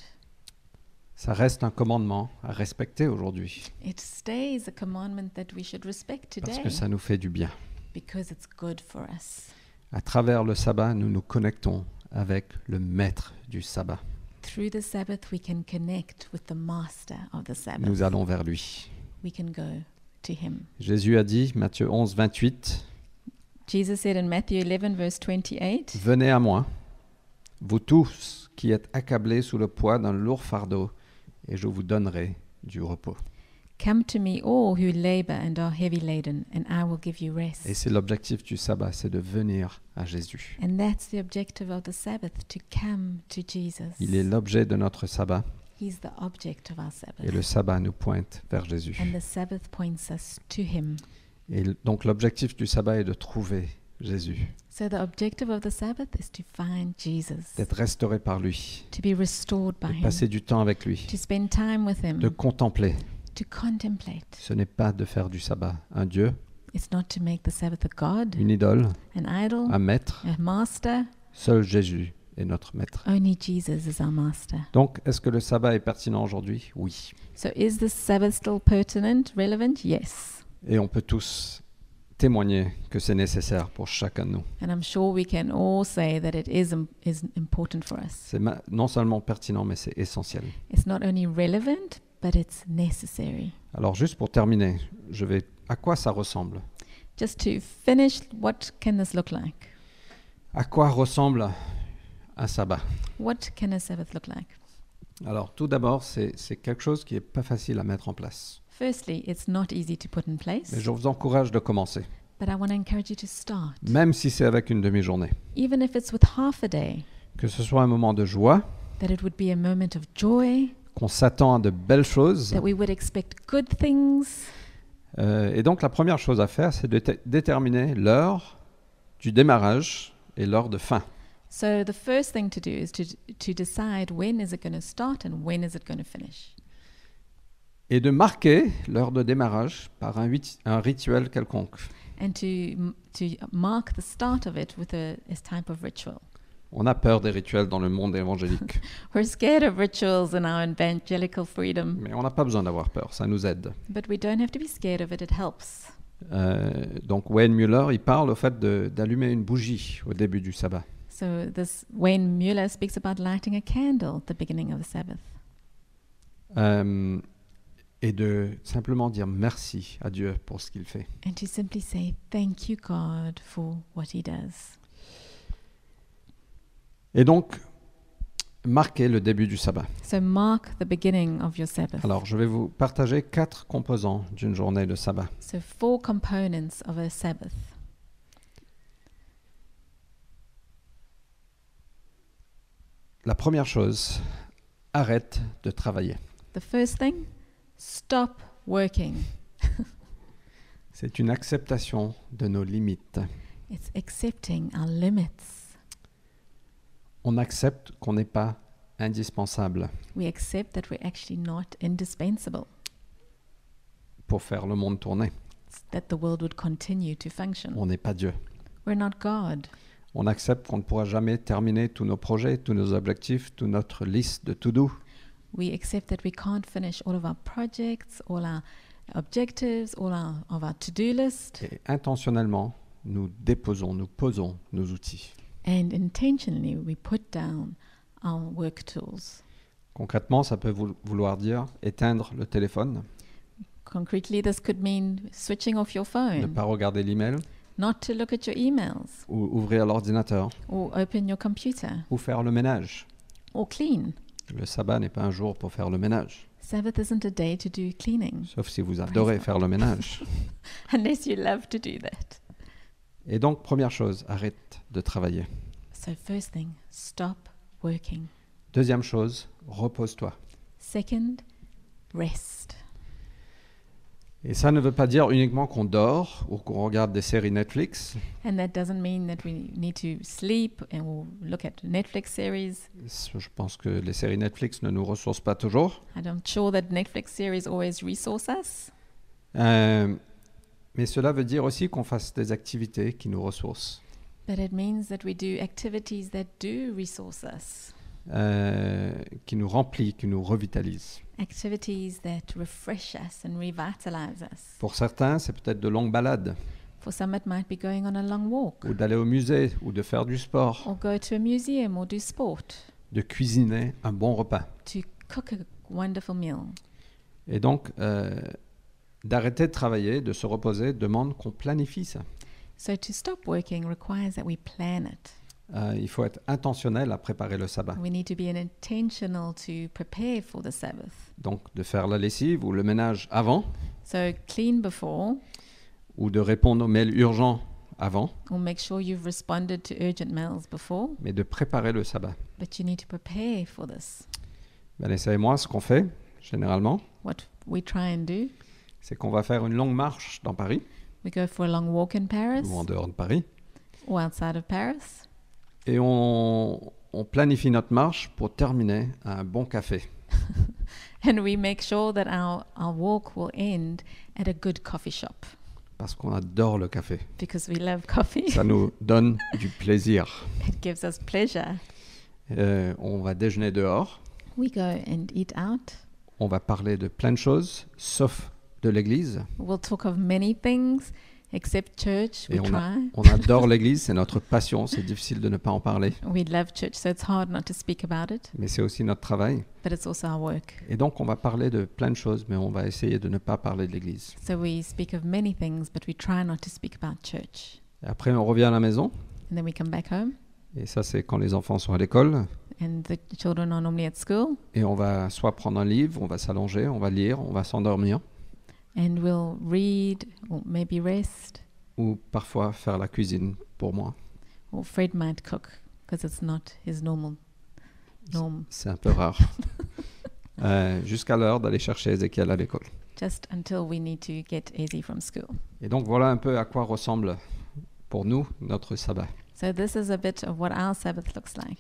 Ça reste un commandement à respecter aujourd'hui
It stays a commandment that we should respect
parce
today
que ça nous fait du bien.
because it's good for us.
À travers le sabbat, nous nous connectons avec le maître du sabbat.
Through the Sabbath, we can connect with the master of the Sabbath.
Nous allons vers lui.
We can go to him.
Jésus a dit, Matthieu 11, 28,
Jesus said in Matthew 11, verse 28,
Venez à moi, vous tous qui êtes accablés sous le poids d'un lourd fardeau, et je vous donnerai du repos.
Come to me, all who labor and are heavy laden, and I will give you rest.
Et c'est l'objectif du sabbat, c'est de venir à Jésus.
And that's the objective of the Sabbath to come to Jesus.
Il est l'objet de notre sabbat,
He's the object of our Sabbath.
et le sabbat nous pointe vers Jésus.
And the Sabbath points us to Him.
Et l- donc l'objectif du sabbat est de trouver Jésus,
So the objective of the Sabbath is to find Jesus,
d'être restauré par lui,
to be restored by
de
Him,
passer du temps avec lui,
to spend time with Him,
de contempler.
to contemplate.
Ce n'est pas de faire du sabbat un dieu,
It's not to make the Sabbath a God,
une idole,
an idol,
un maître.
a master.
Seul Jésus est notre maître.
Only Jesus is our master.
Donc, est-ce que le sabbat est pertinent aujourd'hui Oui.
So is the Sabbath still pertinent, relevant? Yes.
Et on peut tous témoigner que c'est nécessaire pour chacun de nous.
And I'm sure we can all say that it is, im- is important for us.
C'est ma- non seulement pertinent, mais c'est essentiel.
It's not only relevant, but it's necessary.
Alors, juste pour terminer, je vais à quoi ça ressemble
Just to finish, what can this look like?
À quoi ressemble un sabbat
What can a Sabbath look like?
Alors, tout d'abord, c'est c'est quelque chose qui n'est pas facile à mettre en place.
Firstly, it's not easy to put in place,
Mais je vous encourage de commencer,
but I want to encourage you to start,
même si c'est avec une demi-journée.
even if it's with half a day,
Que ce soit un moment de joie,
that it would be a moment of joy,
qu'on s'attend à de belles choses.
that we would expect good things.
Euh, et donc, la première chose à faire, c'est de té- déterminer l'heure du démarrage et l'heure de fin.
So the first thing to do is to to decide when is it going to start and when is it going to finish,
et de marquer l'heure de démarrage par un, huit- un rituel quelconque.
and to to mark the start of it with a, a type of ritual.
On a peur des rituels dans le monde évangélique,
We're scared of rituals in our evangelical freedom,
mais on n'a pas besoin d'avoir peur, ça nous aide.
but we don't have to be scared of it. It helps.
Euh, donc Wayne Muller, il parle au fait de- d'allumer une bougie au début du sabbat.
So this Wayne Mueller speaks about lighting a candle at the beginning of the Sabbath
Euh, et de simplement dire merci à Dieu pour ce qu'il fait.
and to simply say thank you God for what he does.
Et donc, marquer le début du sabbat.
So mark the beginning of your Sabbath.
Alors, je vais vous partager quatre composants d'une journée de sabbat.
So four components of a Sabbath.
La première chose, arrête de travailler.
The first thing, stop working.
C'est une acceptation de nos limites.
It's accepting our limits.
on accepte qu'on n'est pas indispensable
We accept that we're actually not indispensable,
pour faire le monde tourner.
that the world would continue to function.
On n'est pas Dieu.
We're not God.
On accepte qu'on ne pourra jamais terminer tous nos projets, tous nos objectifs, toute notre liste de to-do.
We accept that we can't finish all of our projects, all our objectives, all our, of our to do list.
Et intentionnellement, nous déposons, nous posons nos outils.
And intentionally, we put down our work tools.
Concrètement, ça peut vou- vouloir dire éteindre le téléphone,
Concretely, this could mean switching off your
ne
phone,
pas regarder l'email,
not to look at your emails,
ou ouvrir l'ordinateur,
or open your computer,
ou faire le ménage.
or clean.
Le sabbat n'est pas un jour pour faire le ménage,
Sabbath isn't a day to do cleaning,
sauf si vous adorez faire le ménage.
unless you love to do that.
Et donc, première chose, arrête de travailler.
So, first thing, stop working.
Deuxième chose, repose-toi.
Second, rest.
Et ça ne veut pas dire uniquement qu'on dort ou qu'on regarde des séries Netflix.
And that doesn't mean that we need to sleep and we'll look at Netflix series.
Je pense que les séries Netflix ne nous ressourcent pas toujours.
And I'm sure that Netflix series always resource us.
Euh, mais cela veut dire aussi qu'on fasse des activités qui nous ressourcent.
But it means that we do activities that do resource us,
euh, qui nous remplit, qui nous revitalise.
activities that refresh us and revitalize us.
Pour certains, c'est peut-être de longues balades,
For some, it might be going on a long walk,
ou d'aller au musée, ou de faire du sport,
or go to a museum, or do sport,
de cuisiner un bon repas.
to cook a wonderful meal.
Et donc, euh, d'arrêter de travailler, de se reposer, demande qu'on planifie ça.
So to stop working requires that we plan it.
Euh, il faut être intentionnel à préparer le sabbat.
We need to be intentional to prepare for the Sabbath.
Donc, de faire la lessive ou le ménage avant,
So clean before,
ou de répondre aux mails urgents avant,
or make sure you've responded to urgent mails before,
mais de préparer le sabbat.
but you need to prepare for this.
Vanessa et moi, ce qu'on fait, généralement,
What we try and do,
c'est qu'on va faire une longue marche dans Paris,
we go for a long walk in Paris
ou en dehors de Paris,
or outside of Paris,
et on, on planifie notre marche pour terminer à un bon café.
and we make sure that our, our walk will end at a good coffee shop
Parce qu'on adore le café.
because we love coffee.
Ça nous donne du plaisir.
it gives us pleasure.
Euh, on va déjeuner dehors.
We go and eat out.
On va parler de plein de choses, sauf de l'Église.
We'll talk of many things except church. We
Et on, a-
try.
on adore l'Église, c'est notre passion, c'est difficile de ne pas en parler.
We love church, so it's hard not to speak about it,
Mais c'est aussi notre travail.
but it's also our work.
Et donc on va parler de plein de choses, mais on va essayer de ne pas parler de l'Église.
So we speak of many things, but we try not to speak about church.
Et Après on revient à la maison,
And then we come back home,
et ça c'est quand les enfants sont à l'école.
and the children are normally at school,
Et on va soit prendre un livre, on va s'allonger, on va lire, on va s'endormir,
and we'll read or maybe rest,
ou parfois faire la cuisine pour moi.
or Fred might cook because it's not his normal norm.
C'est un peu rare. Euh, Jusqu'à l'heure d'aller chercher Ézéchiel à l'école.
Just until we need to get Izzy from school.
Et donc voilà un peu à quoi ressemble pour nous notre sabbat.
So this is a bit of what our Sabbath looks like.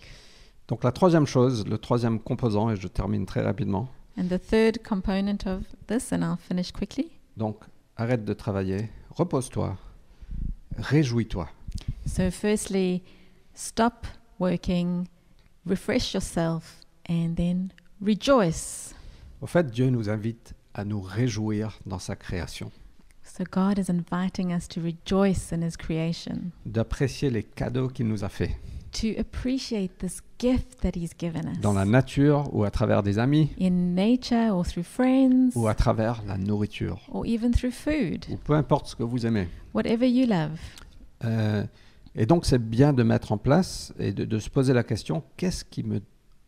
Donc la troisième chose, le troisième composant, et je termine très rapidement,
And the third component of this, and I'll finish quickly.
donc arrête de travailler, repose-toi, réjouis-toi.
So, firstly, stop working, refresh yourself, and then rejoice.
Au fait, Dieu nous invite à nous réjouir dans sa création,
So, God is inviting us to rejoice in His creation,
d'apprécier les cadeaux qu'il nous a faits,
to appreciate this gift that He's given
dans la
us
nature ou à travers des amis
in nature or through friends
ou à travers la nourriture,
or even through food,
ou peu importe ce que vous aimez.
whatever you love.
Euh, et donc, c'est bien de mettre en place et de, de se poser la question qu'est-ce qui me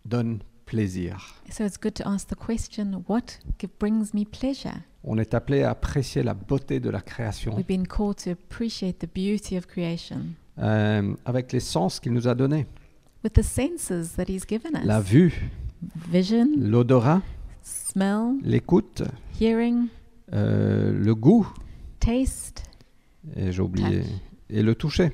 donne plaisir
So, it's good to ask the question what gi- brings me pleasure?
On est appelé à apprécier la beauté de la création
We've been called to appreciate the beauty of creation.
euh, avec les sens qu'il nous a donnés
with the senses that he's given us
la vue,
vision,
l'odorat,
smell,
l'écoute,
hearing,
euh, le goût,
taste,
et j'ai oublié, et le toucher.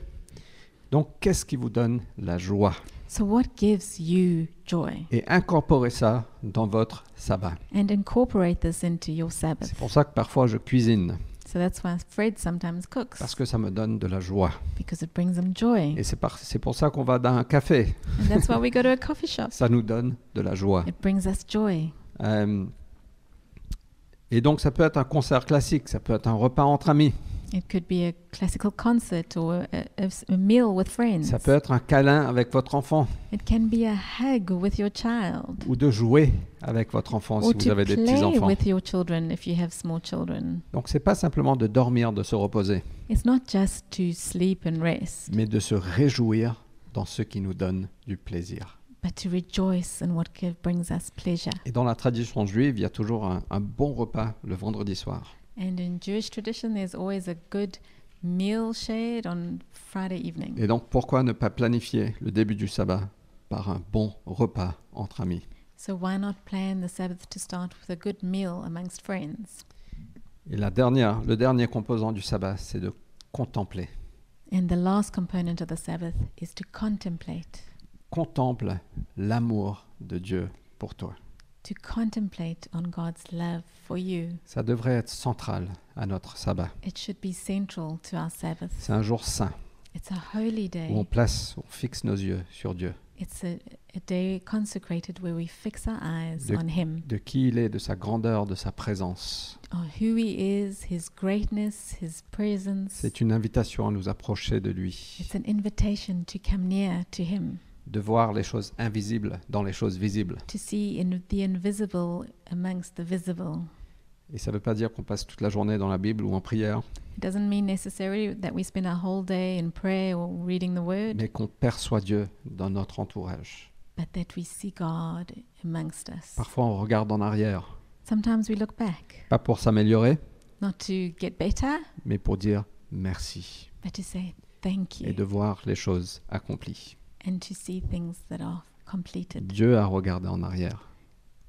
Donc, qu'est-ce qui vous donne la joie
So, what gives you joy?
Et incorporez ça dans votre sabbat.
And incorporate this into your
C'est
Sabbath.
pour ça que parfois je cuisine,
So, that's why Fred sometimes
parce
cooks,
que ça me donne de la joie.
because it brings him joy.
Et c'est par- c'est pour ça qu'on va dans un café,
And that's why we go to a coffee shop.
ça nous donne de la joie.
It brings us joy.
Euh, et donc ça peut être un concert classique, ça peut être un repas entre amis,
It could be a classical concert or a, a s- a meal with friends.
ça peut être un câlin avec votre enfant
It can be a hug with your child.
ou de jouer avec votre enfant
or
si vous
to
avez des
play
petits-enfants.
with your children if you have small children.
Donc c'est pas simplement de dormir, de se reposer,
It's not just to sleep and rest.
mais de se réjouir dans ce qui nous donne du plaisir.
but to rejoice in what give, brings us pleasure.
Et dans la tradition juive, il y a toujours un, un bon repas le vendredi soir.
And in Jewish tradition, there's always a good meal shared on Friday evening.
Et donc pourquoi ne pas planifier le début du sabbat par un bon repas entre amis
So why not plan the Sabbath to start with a good meal amongst friends?
Et la dernière, le dernier composant du sabbat, c'est de contempler.
And the last component of the Sabbath is to contemplate,
Contemple l'amour de Dieu pour toi.
to contemplate on God's love for you.
Ça devrait être central à notre sabbat.
It should be central to our Sabbath.
C'est un jour saint
It's a holy
où on
day.
place, on fixe nos yeux sur Dieu,
It's a, a day consecrated where we fix our eyes
De-
on Him,
de qui il est, de sa grandeur, de sa présence.
on who He is, His greatness, His presence.
C'est une invitation à nous approcher de lui,
It's an invitation to come near to Him,
de voir les choses invisibles dans les choses visibles.
to see in the invisible amongst the visible.
Et ça ne veut pas dire qu'on passe toute la journée dans la Bible ou en prière,
It doesn't mean necessarily that we spend our whole day in prayer or reading the Word,
mais qu'on perçoit Dieu dans notre entourage.
but that we see God amongst us.
Parfois on regarde en arrière,
Sometimes we look back,
pas pour s'améliorer,
not to get better,
mais pour dire merci
but to say thank
et
you
de voir les choses accomplies.
and to see things that are completed.
Dieu a regardé en arrière.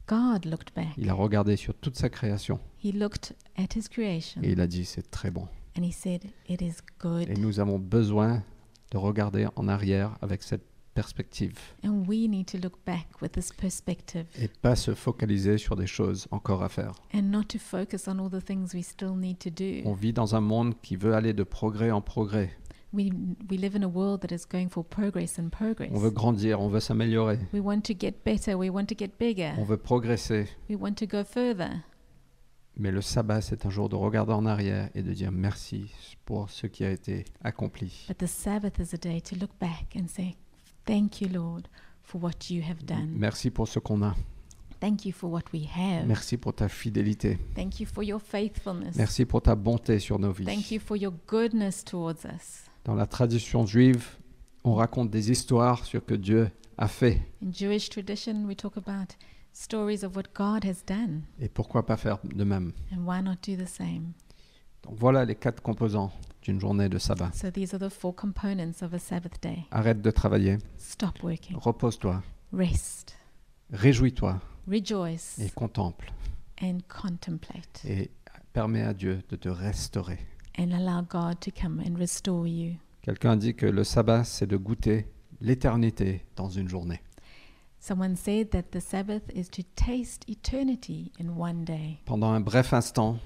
God looked back.
Il a regardé sur toute sa création
He looked at His
et
creation
il a dit c'est très bon.
and He said, It is
Et
good.
nous avons besoin de regarder en arrière avec cette perspective
And we need to look back with this perspective
et pas se focaliser sur des choses encore à faire.
and not to focus on all the things we still need to
On
do.
vit dans un monde qui veut aller de progrès en progrès.
We, we live in a world that is going for progress and progress.
On veut grandir, on veut s'améliorer,
We want to get better, we want to get bigger,
on veut progresser.
we want to go further.
Mais le sabbat, c'est un jour de regarder en arrière et de dire merci pour ce qui a été accompli.
But the Sabbath is a day to look back and say, Thank you, Lord, for what you have done.
Merci pour ce qu'on a.
Thank you for what we have.
Merci pour ta fidélité.
Thank you for your faithfulness.
Merci pour ta bonté sur nos
Thank you
vies.
for your goodness towards us.
Dans la tradition juive, on raconte des histoires sur ce que Dieu a fait.
In Jewish tradition, we talk about stories of what God has done,
Et pourquoi pas faire de même
and why not do the same?
Donc voilà les quatre composants d'une journée de sabbat.
So these are the four components of a Sabbath day
Arrête de travailler,
stop
Oh.
working,
repose-toi,
rest,
réjouis-toi et
rejoice,
contemple.
and contemplate.
Et permets à Dieu de te restaurer.
and allow God to come and restore you.
Quelqu'un dit que le sabbat, c'est de goûter l'éternité dans une journée.
Someone said that the Sabbath is to taste eternity in one day.
Pendant un bref instant,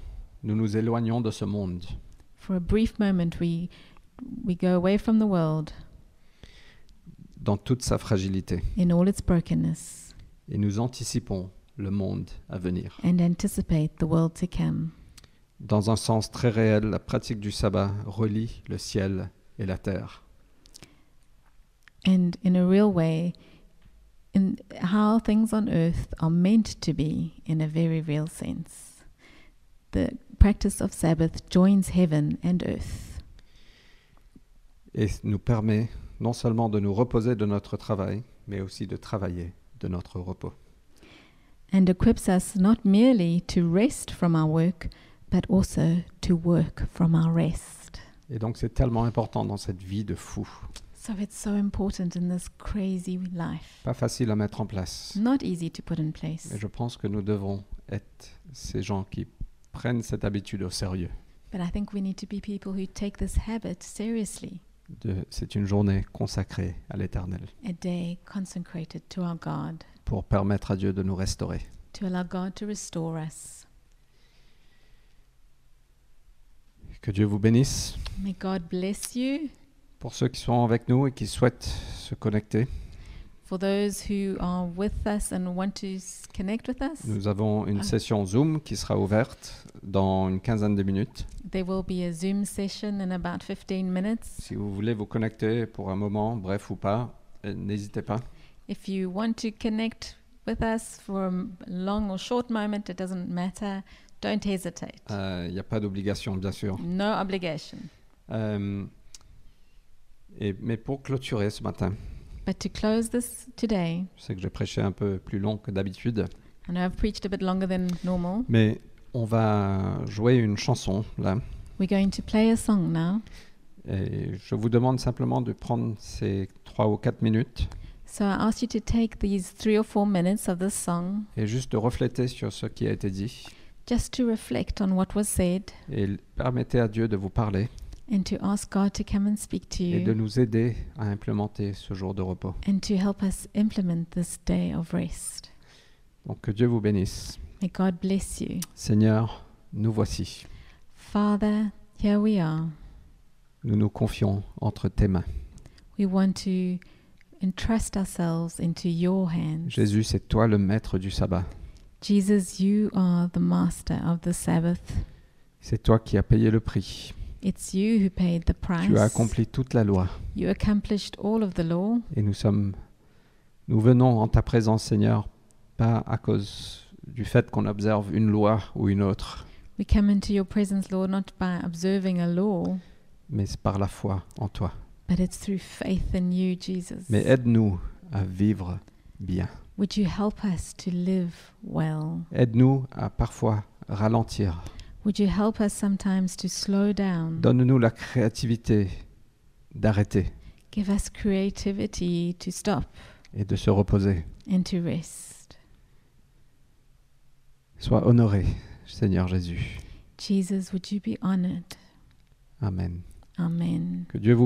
nous nous éloignons de ce monde.
For a brief moment, we we go away from the world
dans toute sa fragilité
in all its brokenness
et nous anticipons le monde à venir.
and anticipate the world to come.
Dans un sens très réel, la pratique du sabbat relie le ciel et la terre.
And in a real way, in how things on earth are meant to be, in a very real sense, the practice of Sabbath joins heaven and earth.
et nous permet non seulement de nous reposer de notre travail, mais aussi de travailler de notre repos.
and equips us not merely to rest from our work, but also to work from our rest.
Et donc c'est tellement important dans cette vie de fou.
So it's so important in this crazy life.
Pas facile à mettre en place.
Not easy to put in
Mais
place,
je pense que nous devons être ces gens qui prennent cette habitude au sérieux.
but I think we need to be people who take this habit seriously.
De, c'est une journée consacrée à l'éternel
A day consecrated to our God,
pour permettre à Dieu de nous restaurer.
to allow God to restore us.
Que Dieu vous bénisse.
May God bless you.
Pour ceux qui sont avec nous et qui souhaitent se connecter,
For those who are with us and want to s- connect with us,
nous avons une
Ah.
session Zoom qui sera ouverte dans une quinzaine de minutes.
there will be a Zoom session in about 15 minutes.
Si vous voulez vous connecter pour un moment, bref ou pas, euh, n'hésitez pas.
If you want to connect with us for a m- long or short moment, it doesn't matter. Don't hesitate.
Il n'y Euh, a pas d'obligation, bien sûr.
no obligation.
Euh, et, mais pour clôturer ce matin,
But to close this today,
je sais que j'ai prêché un peu plus long que d'habitude,
I know I've preached a bit longer than normal.
mais on va jouer une chanson là.
We're going to play a song now.
Et je vous demande simplement de prendre ces trois ou quatre minutes
So I ask you to take these three or four minutes of this song
et juste de refléter sur ce qui a été dit
just to reflect on what was said
et l- permettez à Dieu de vous parler
and to ask God to come and speak to
et de
you
nous aider à implémenter ce jour de repos.
and to help us implement this day of rest.
Donc que Dieu vous bénisse.
May God bless you.
Seigneur, nous voici.
Father, here we are.
Nous nous confions entre tes mains.
We want to entrust ourselves into your hands.
Jésus, c'est toi le maître du sabbat.
Jesus, you are the master of the Sabbath.
C'est toi qui as payé le prix.
It's you who paid the price.
Tu as accompli toute la loi
You accomplished all of the law.
et nous sommes nous venons en ta présence, Seigneur, pas à cause du fait qu'on observe une loi ou une autre,
We come into your presence, Lord, not by observing a law,
mais c'est par la foi en toi.
but it's through faith in you, Jesus.
Mais aide-nous à vivre bien.
Would you help us to live well?
Aide-nous à parfois ralentir.
Would you help us sometimes to slow down?
Donne-nous la créativité d'arrêter
Give us creativity to stop
et de se reposer.
and to rest.
Sois honoré, Seigneur Jésus.
Jesus, would you be honored?
Amen.
Amen.
Que Dieu vous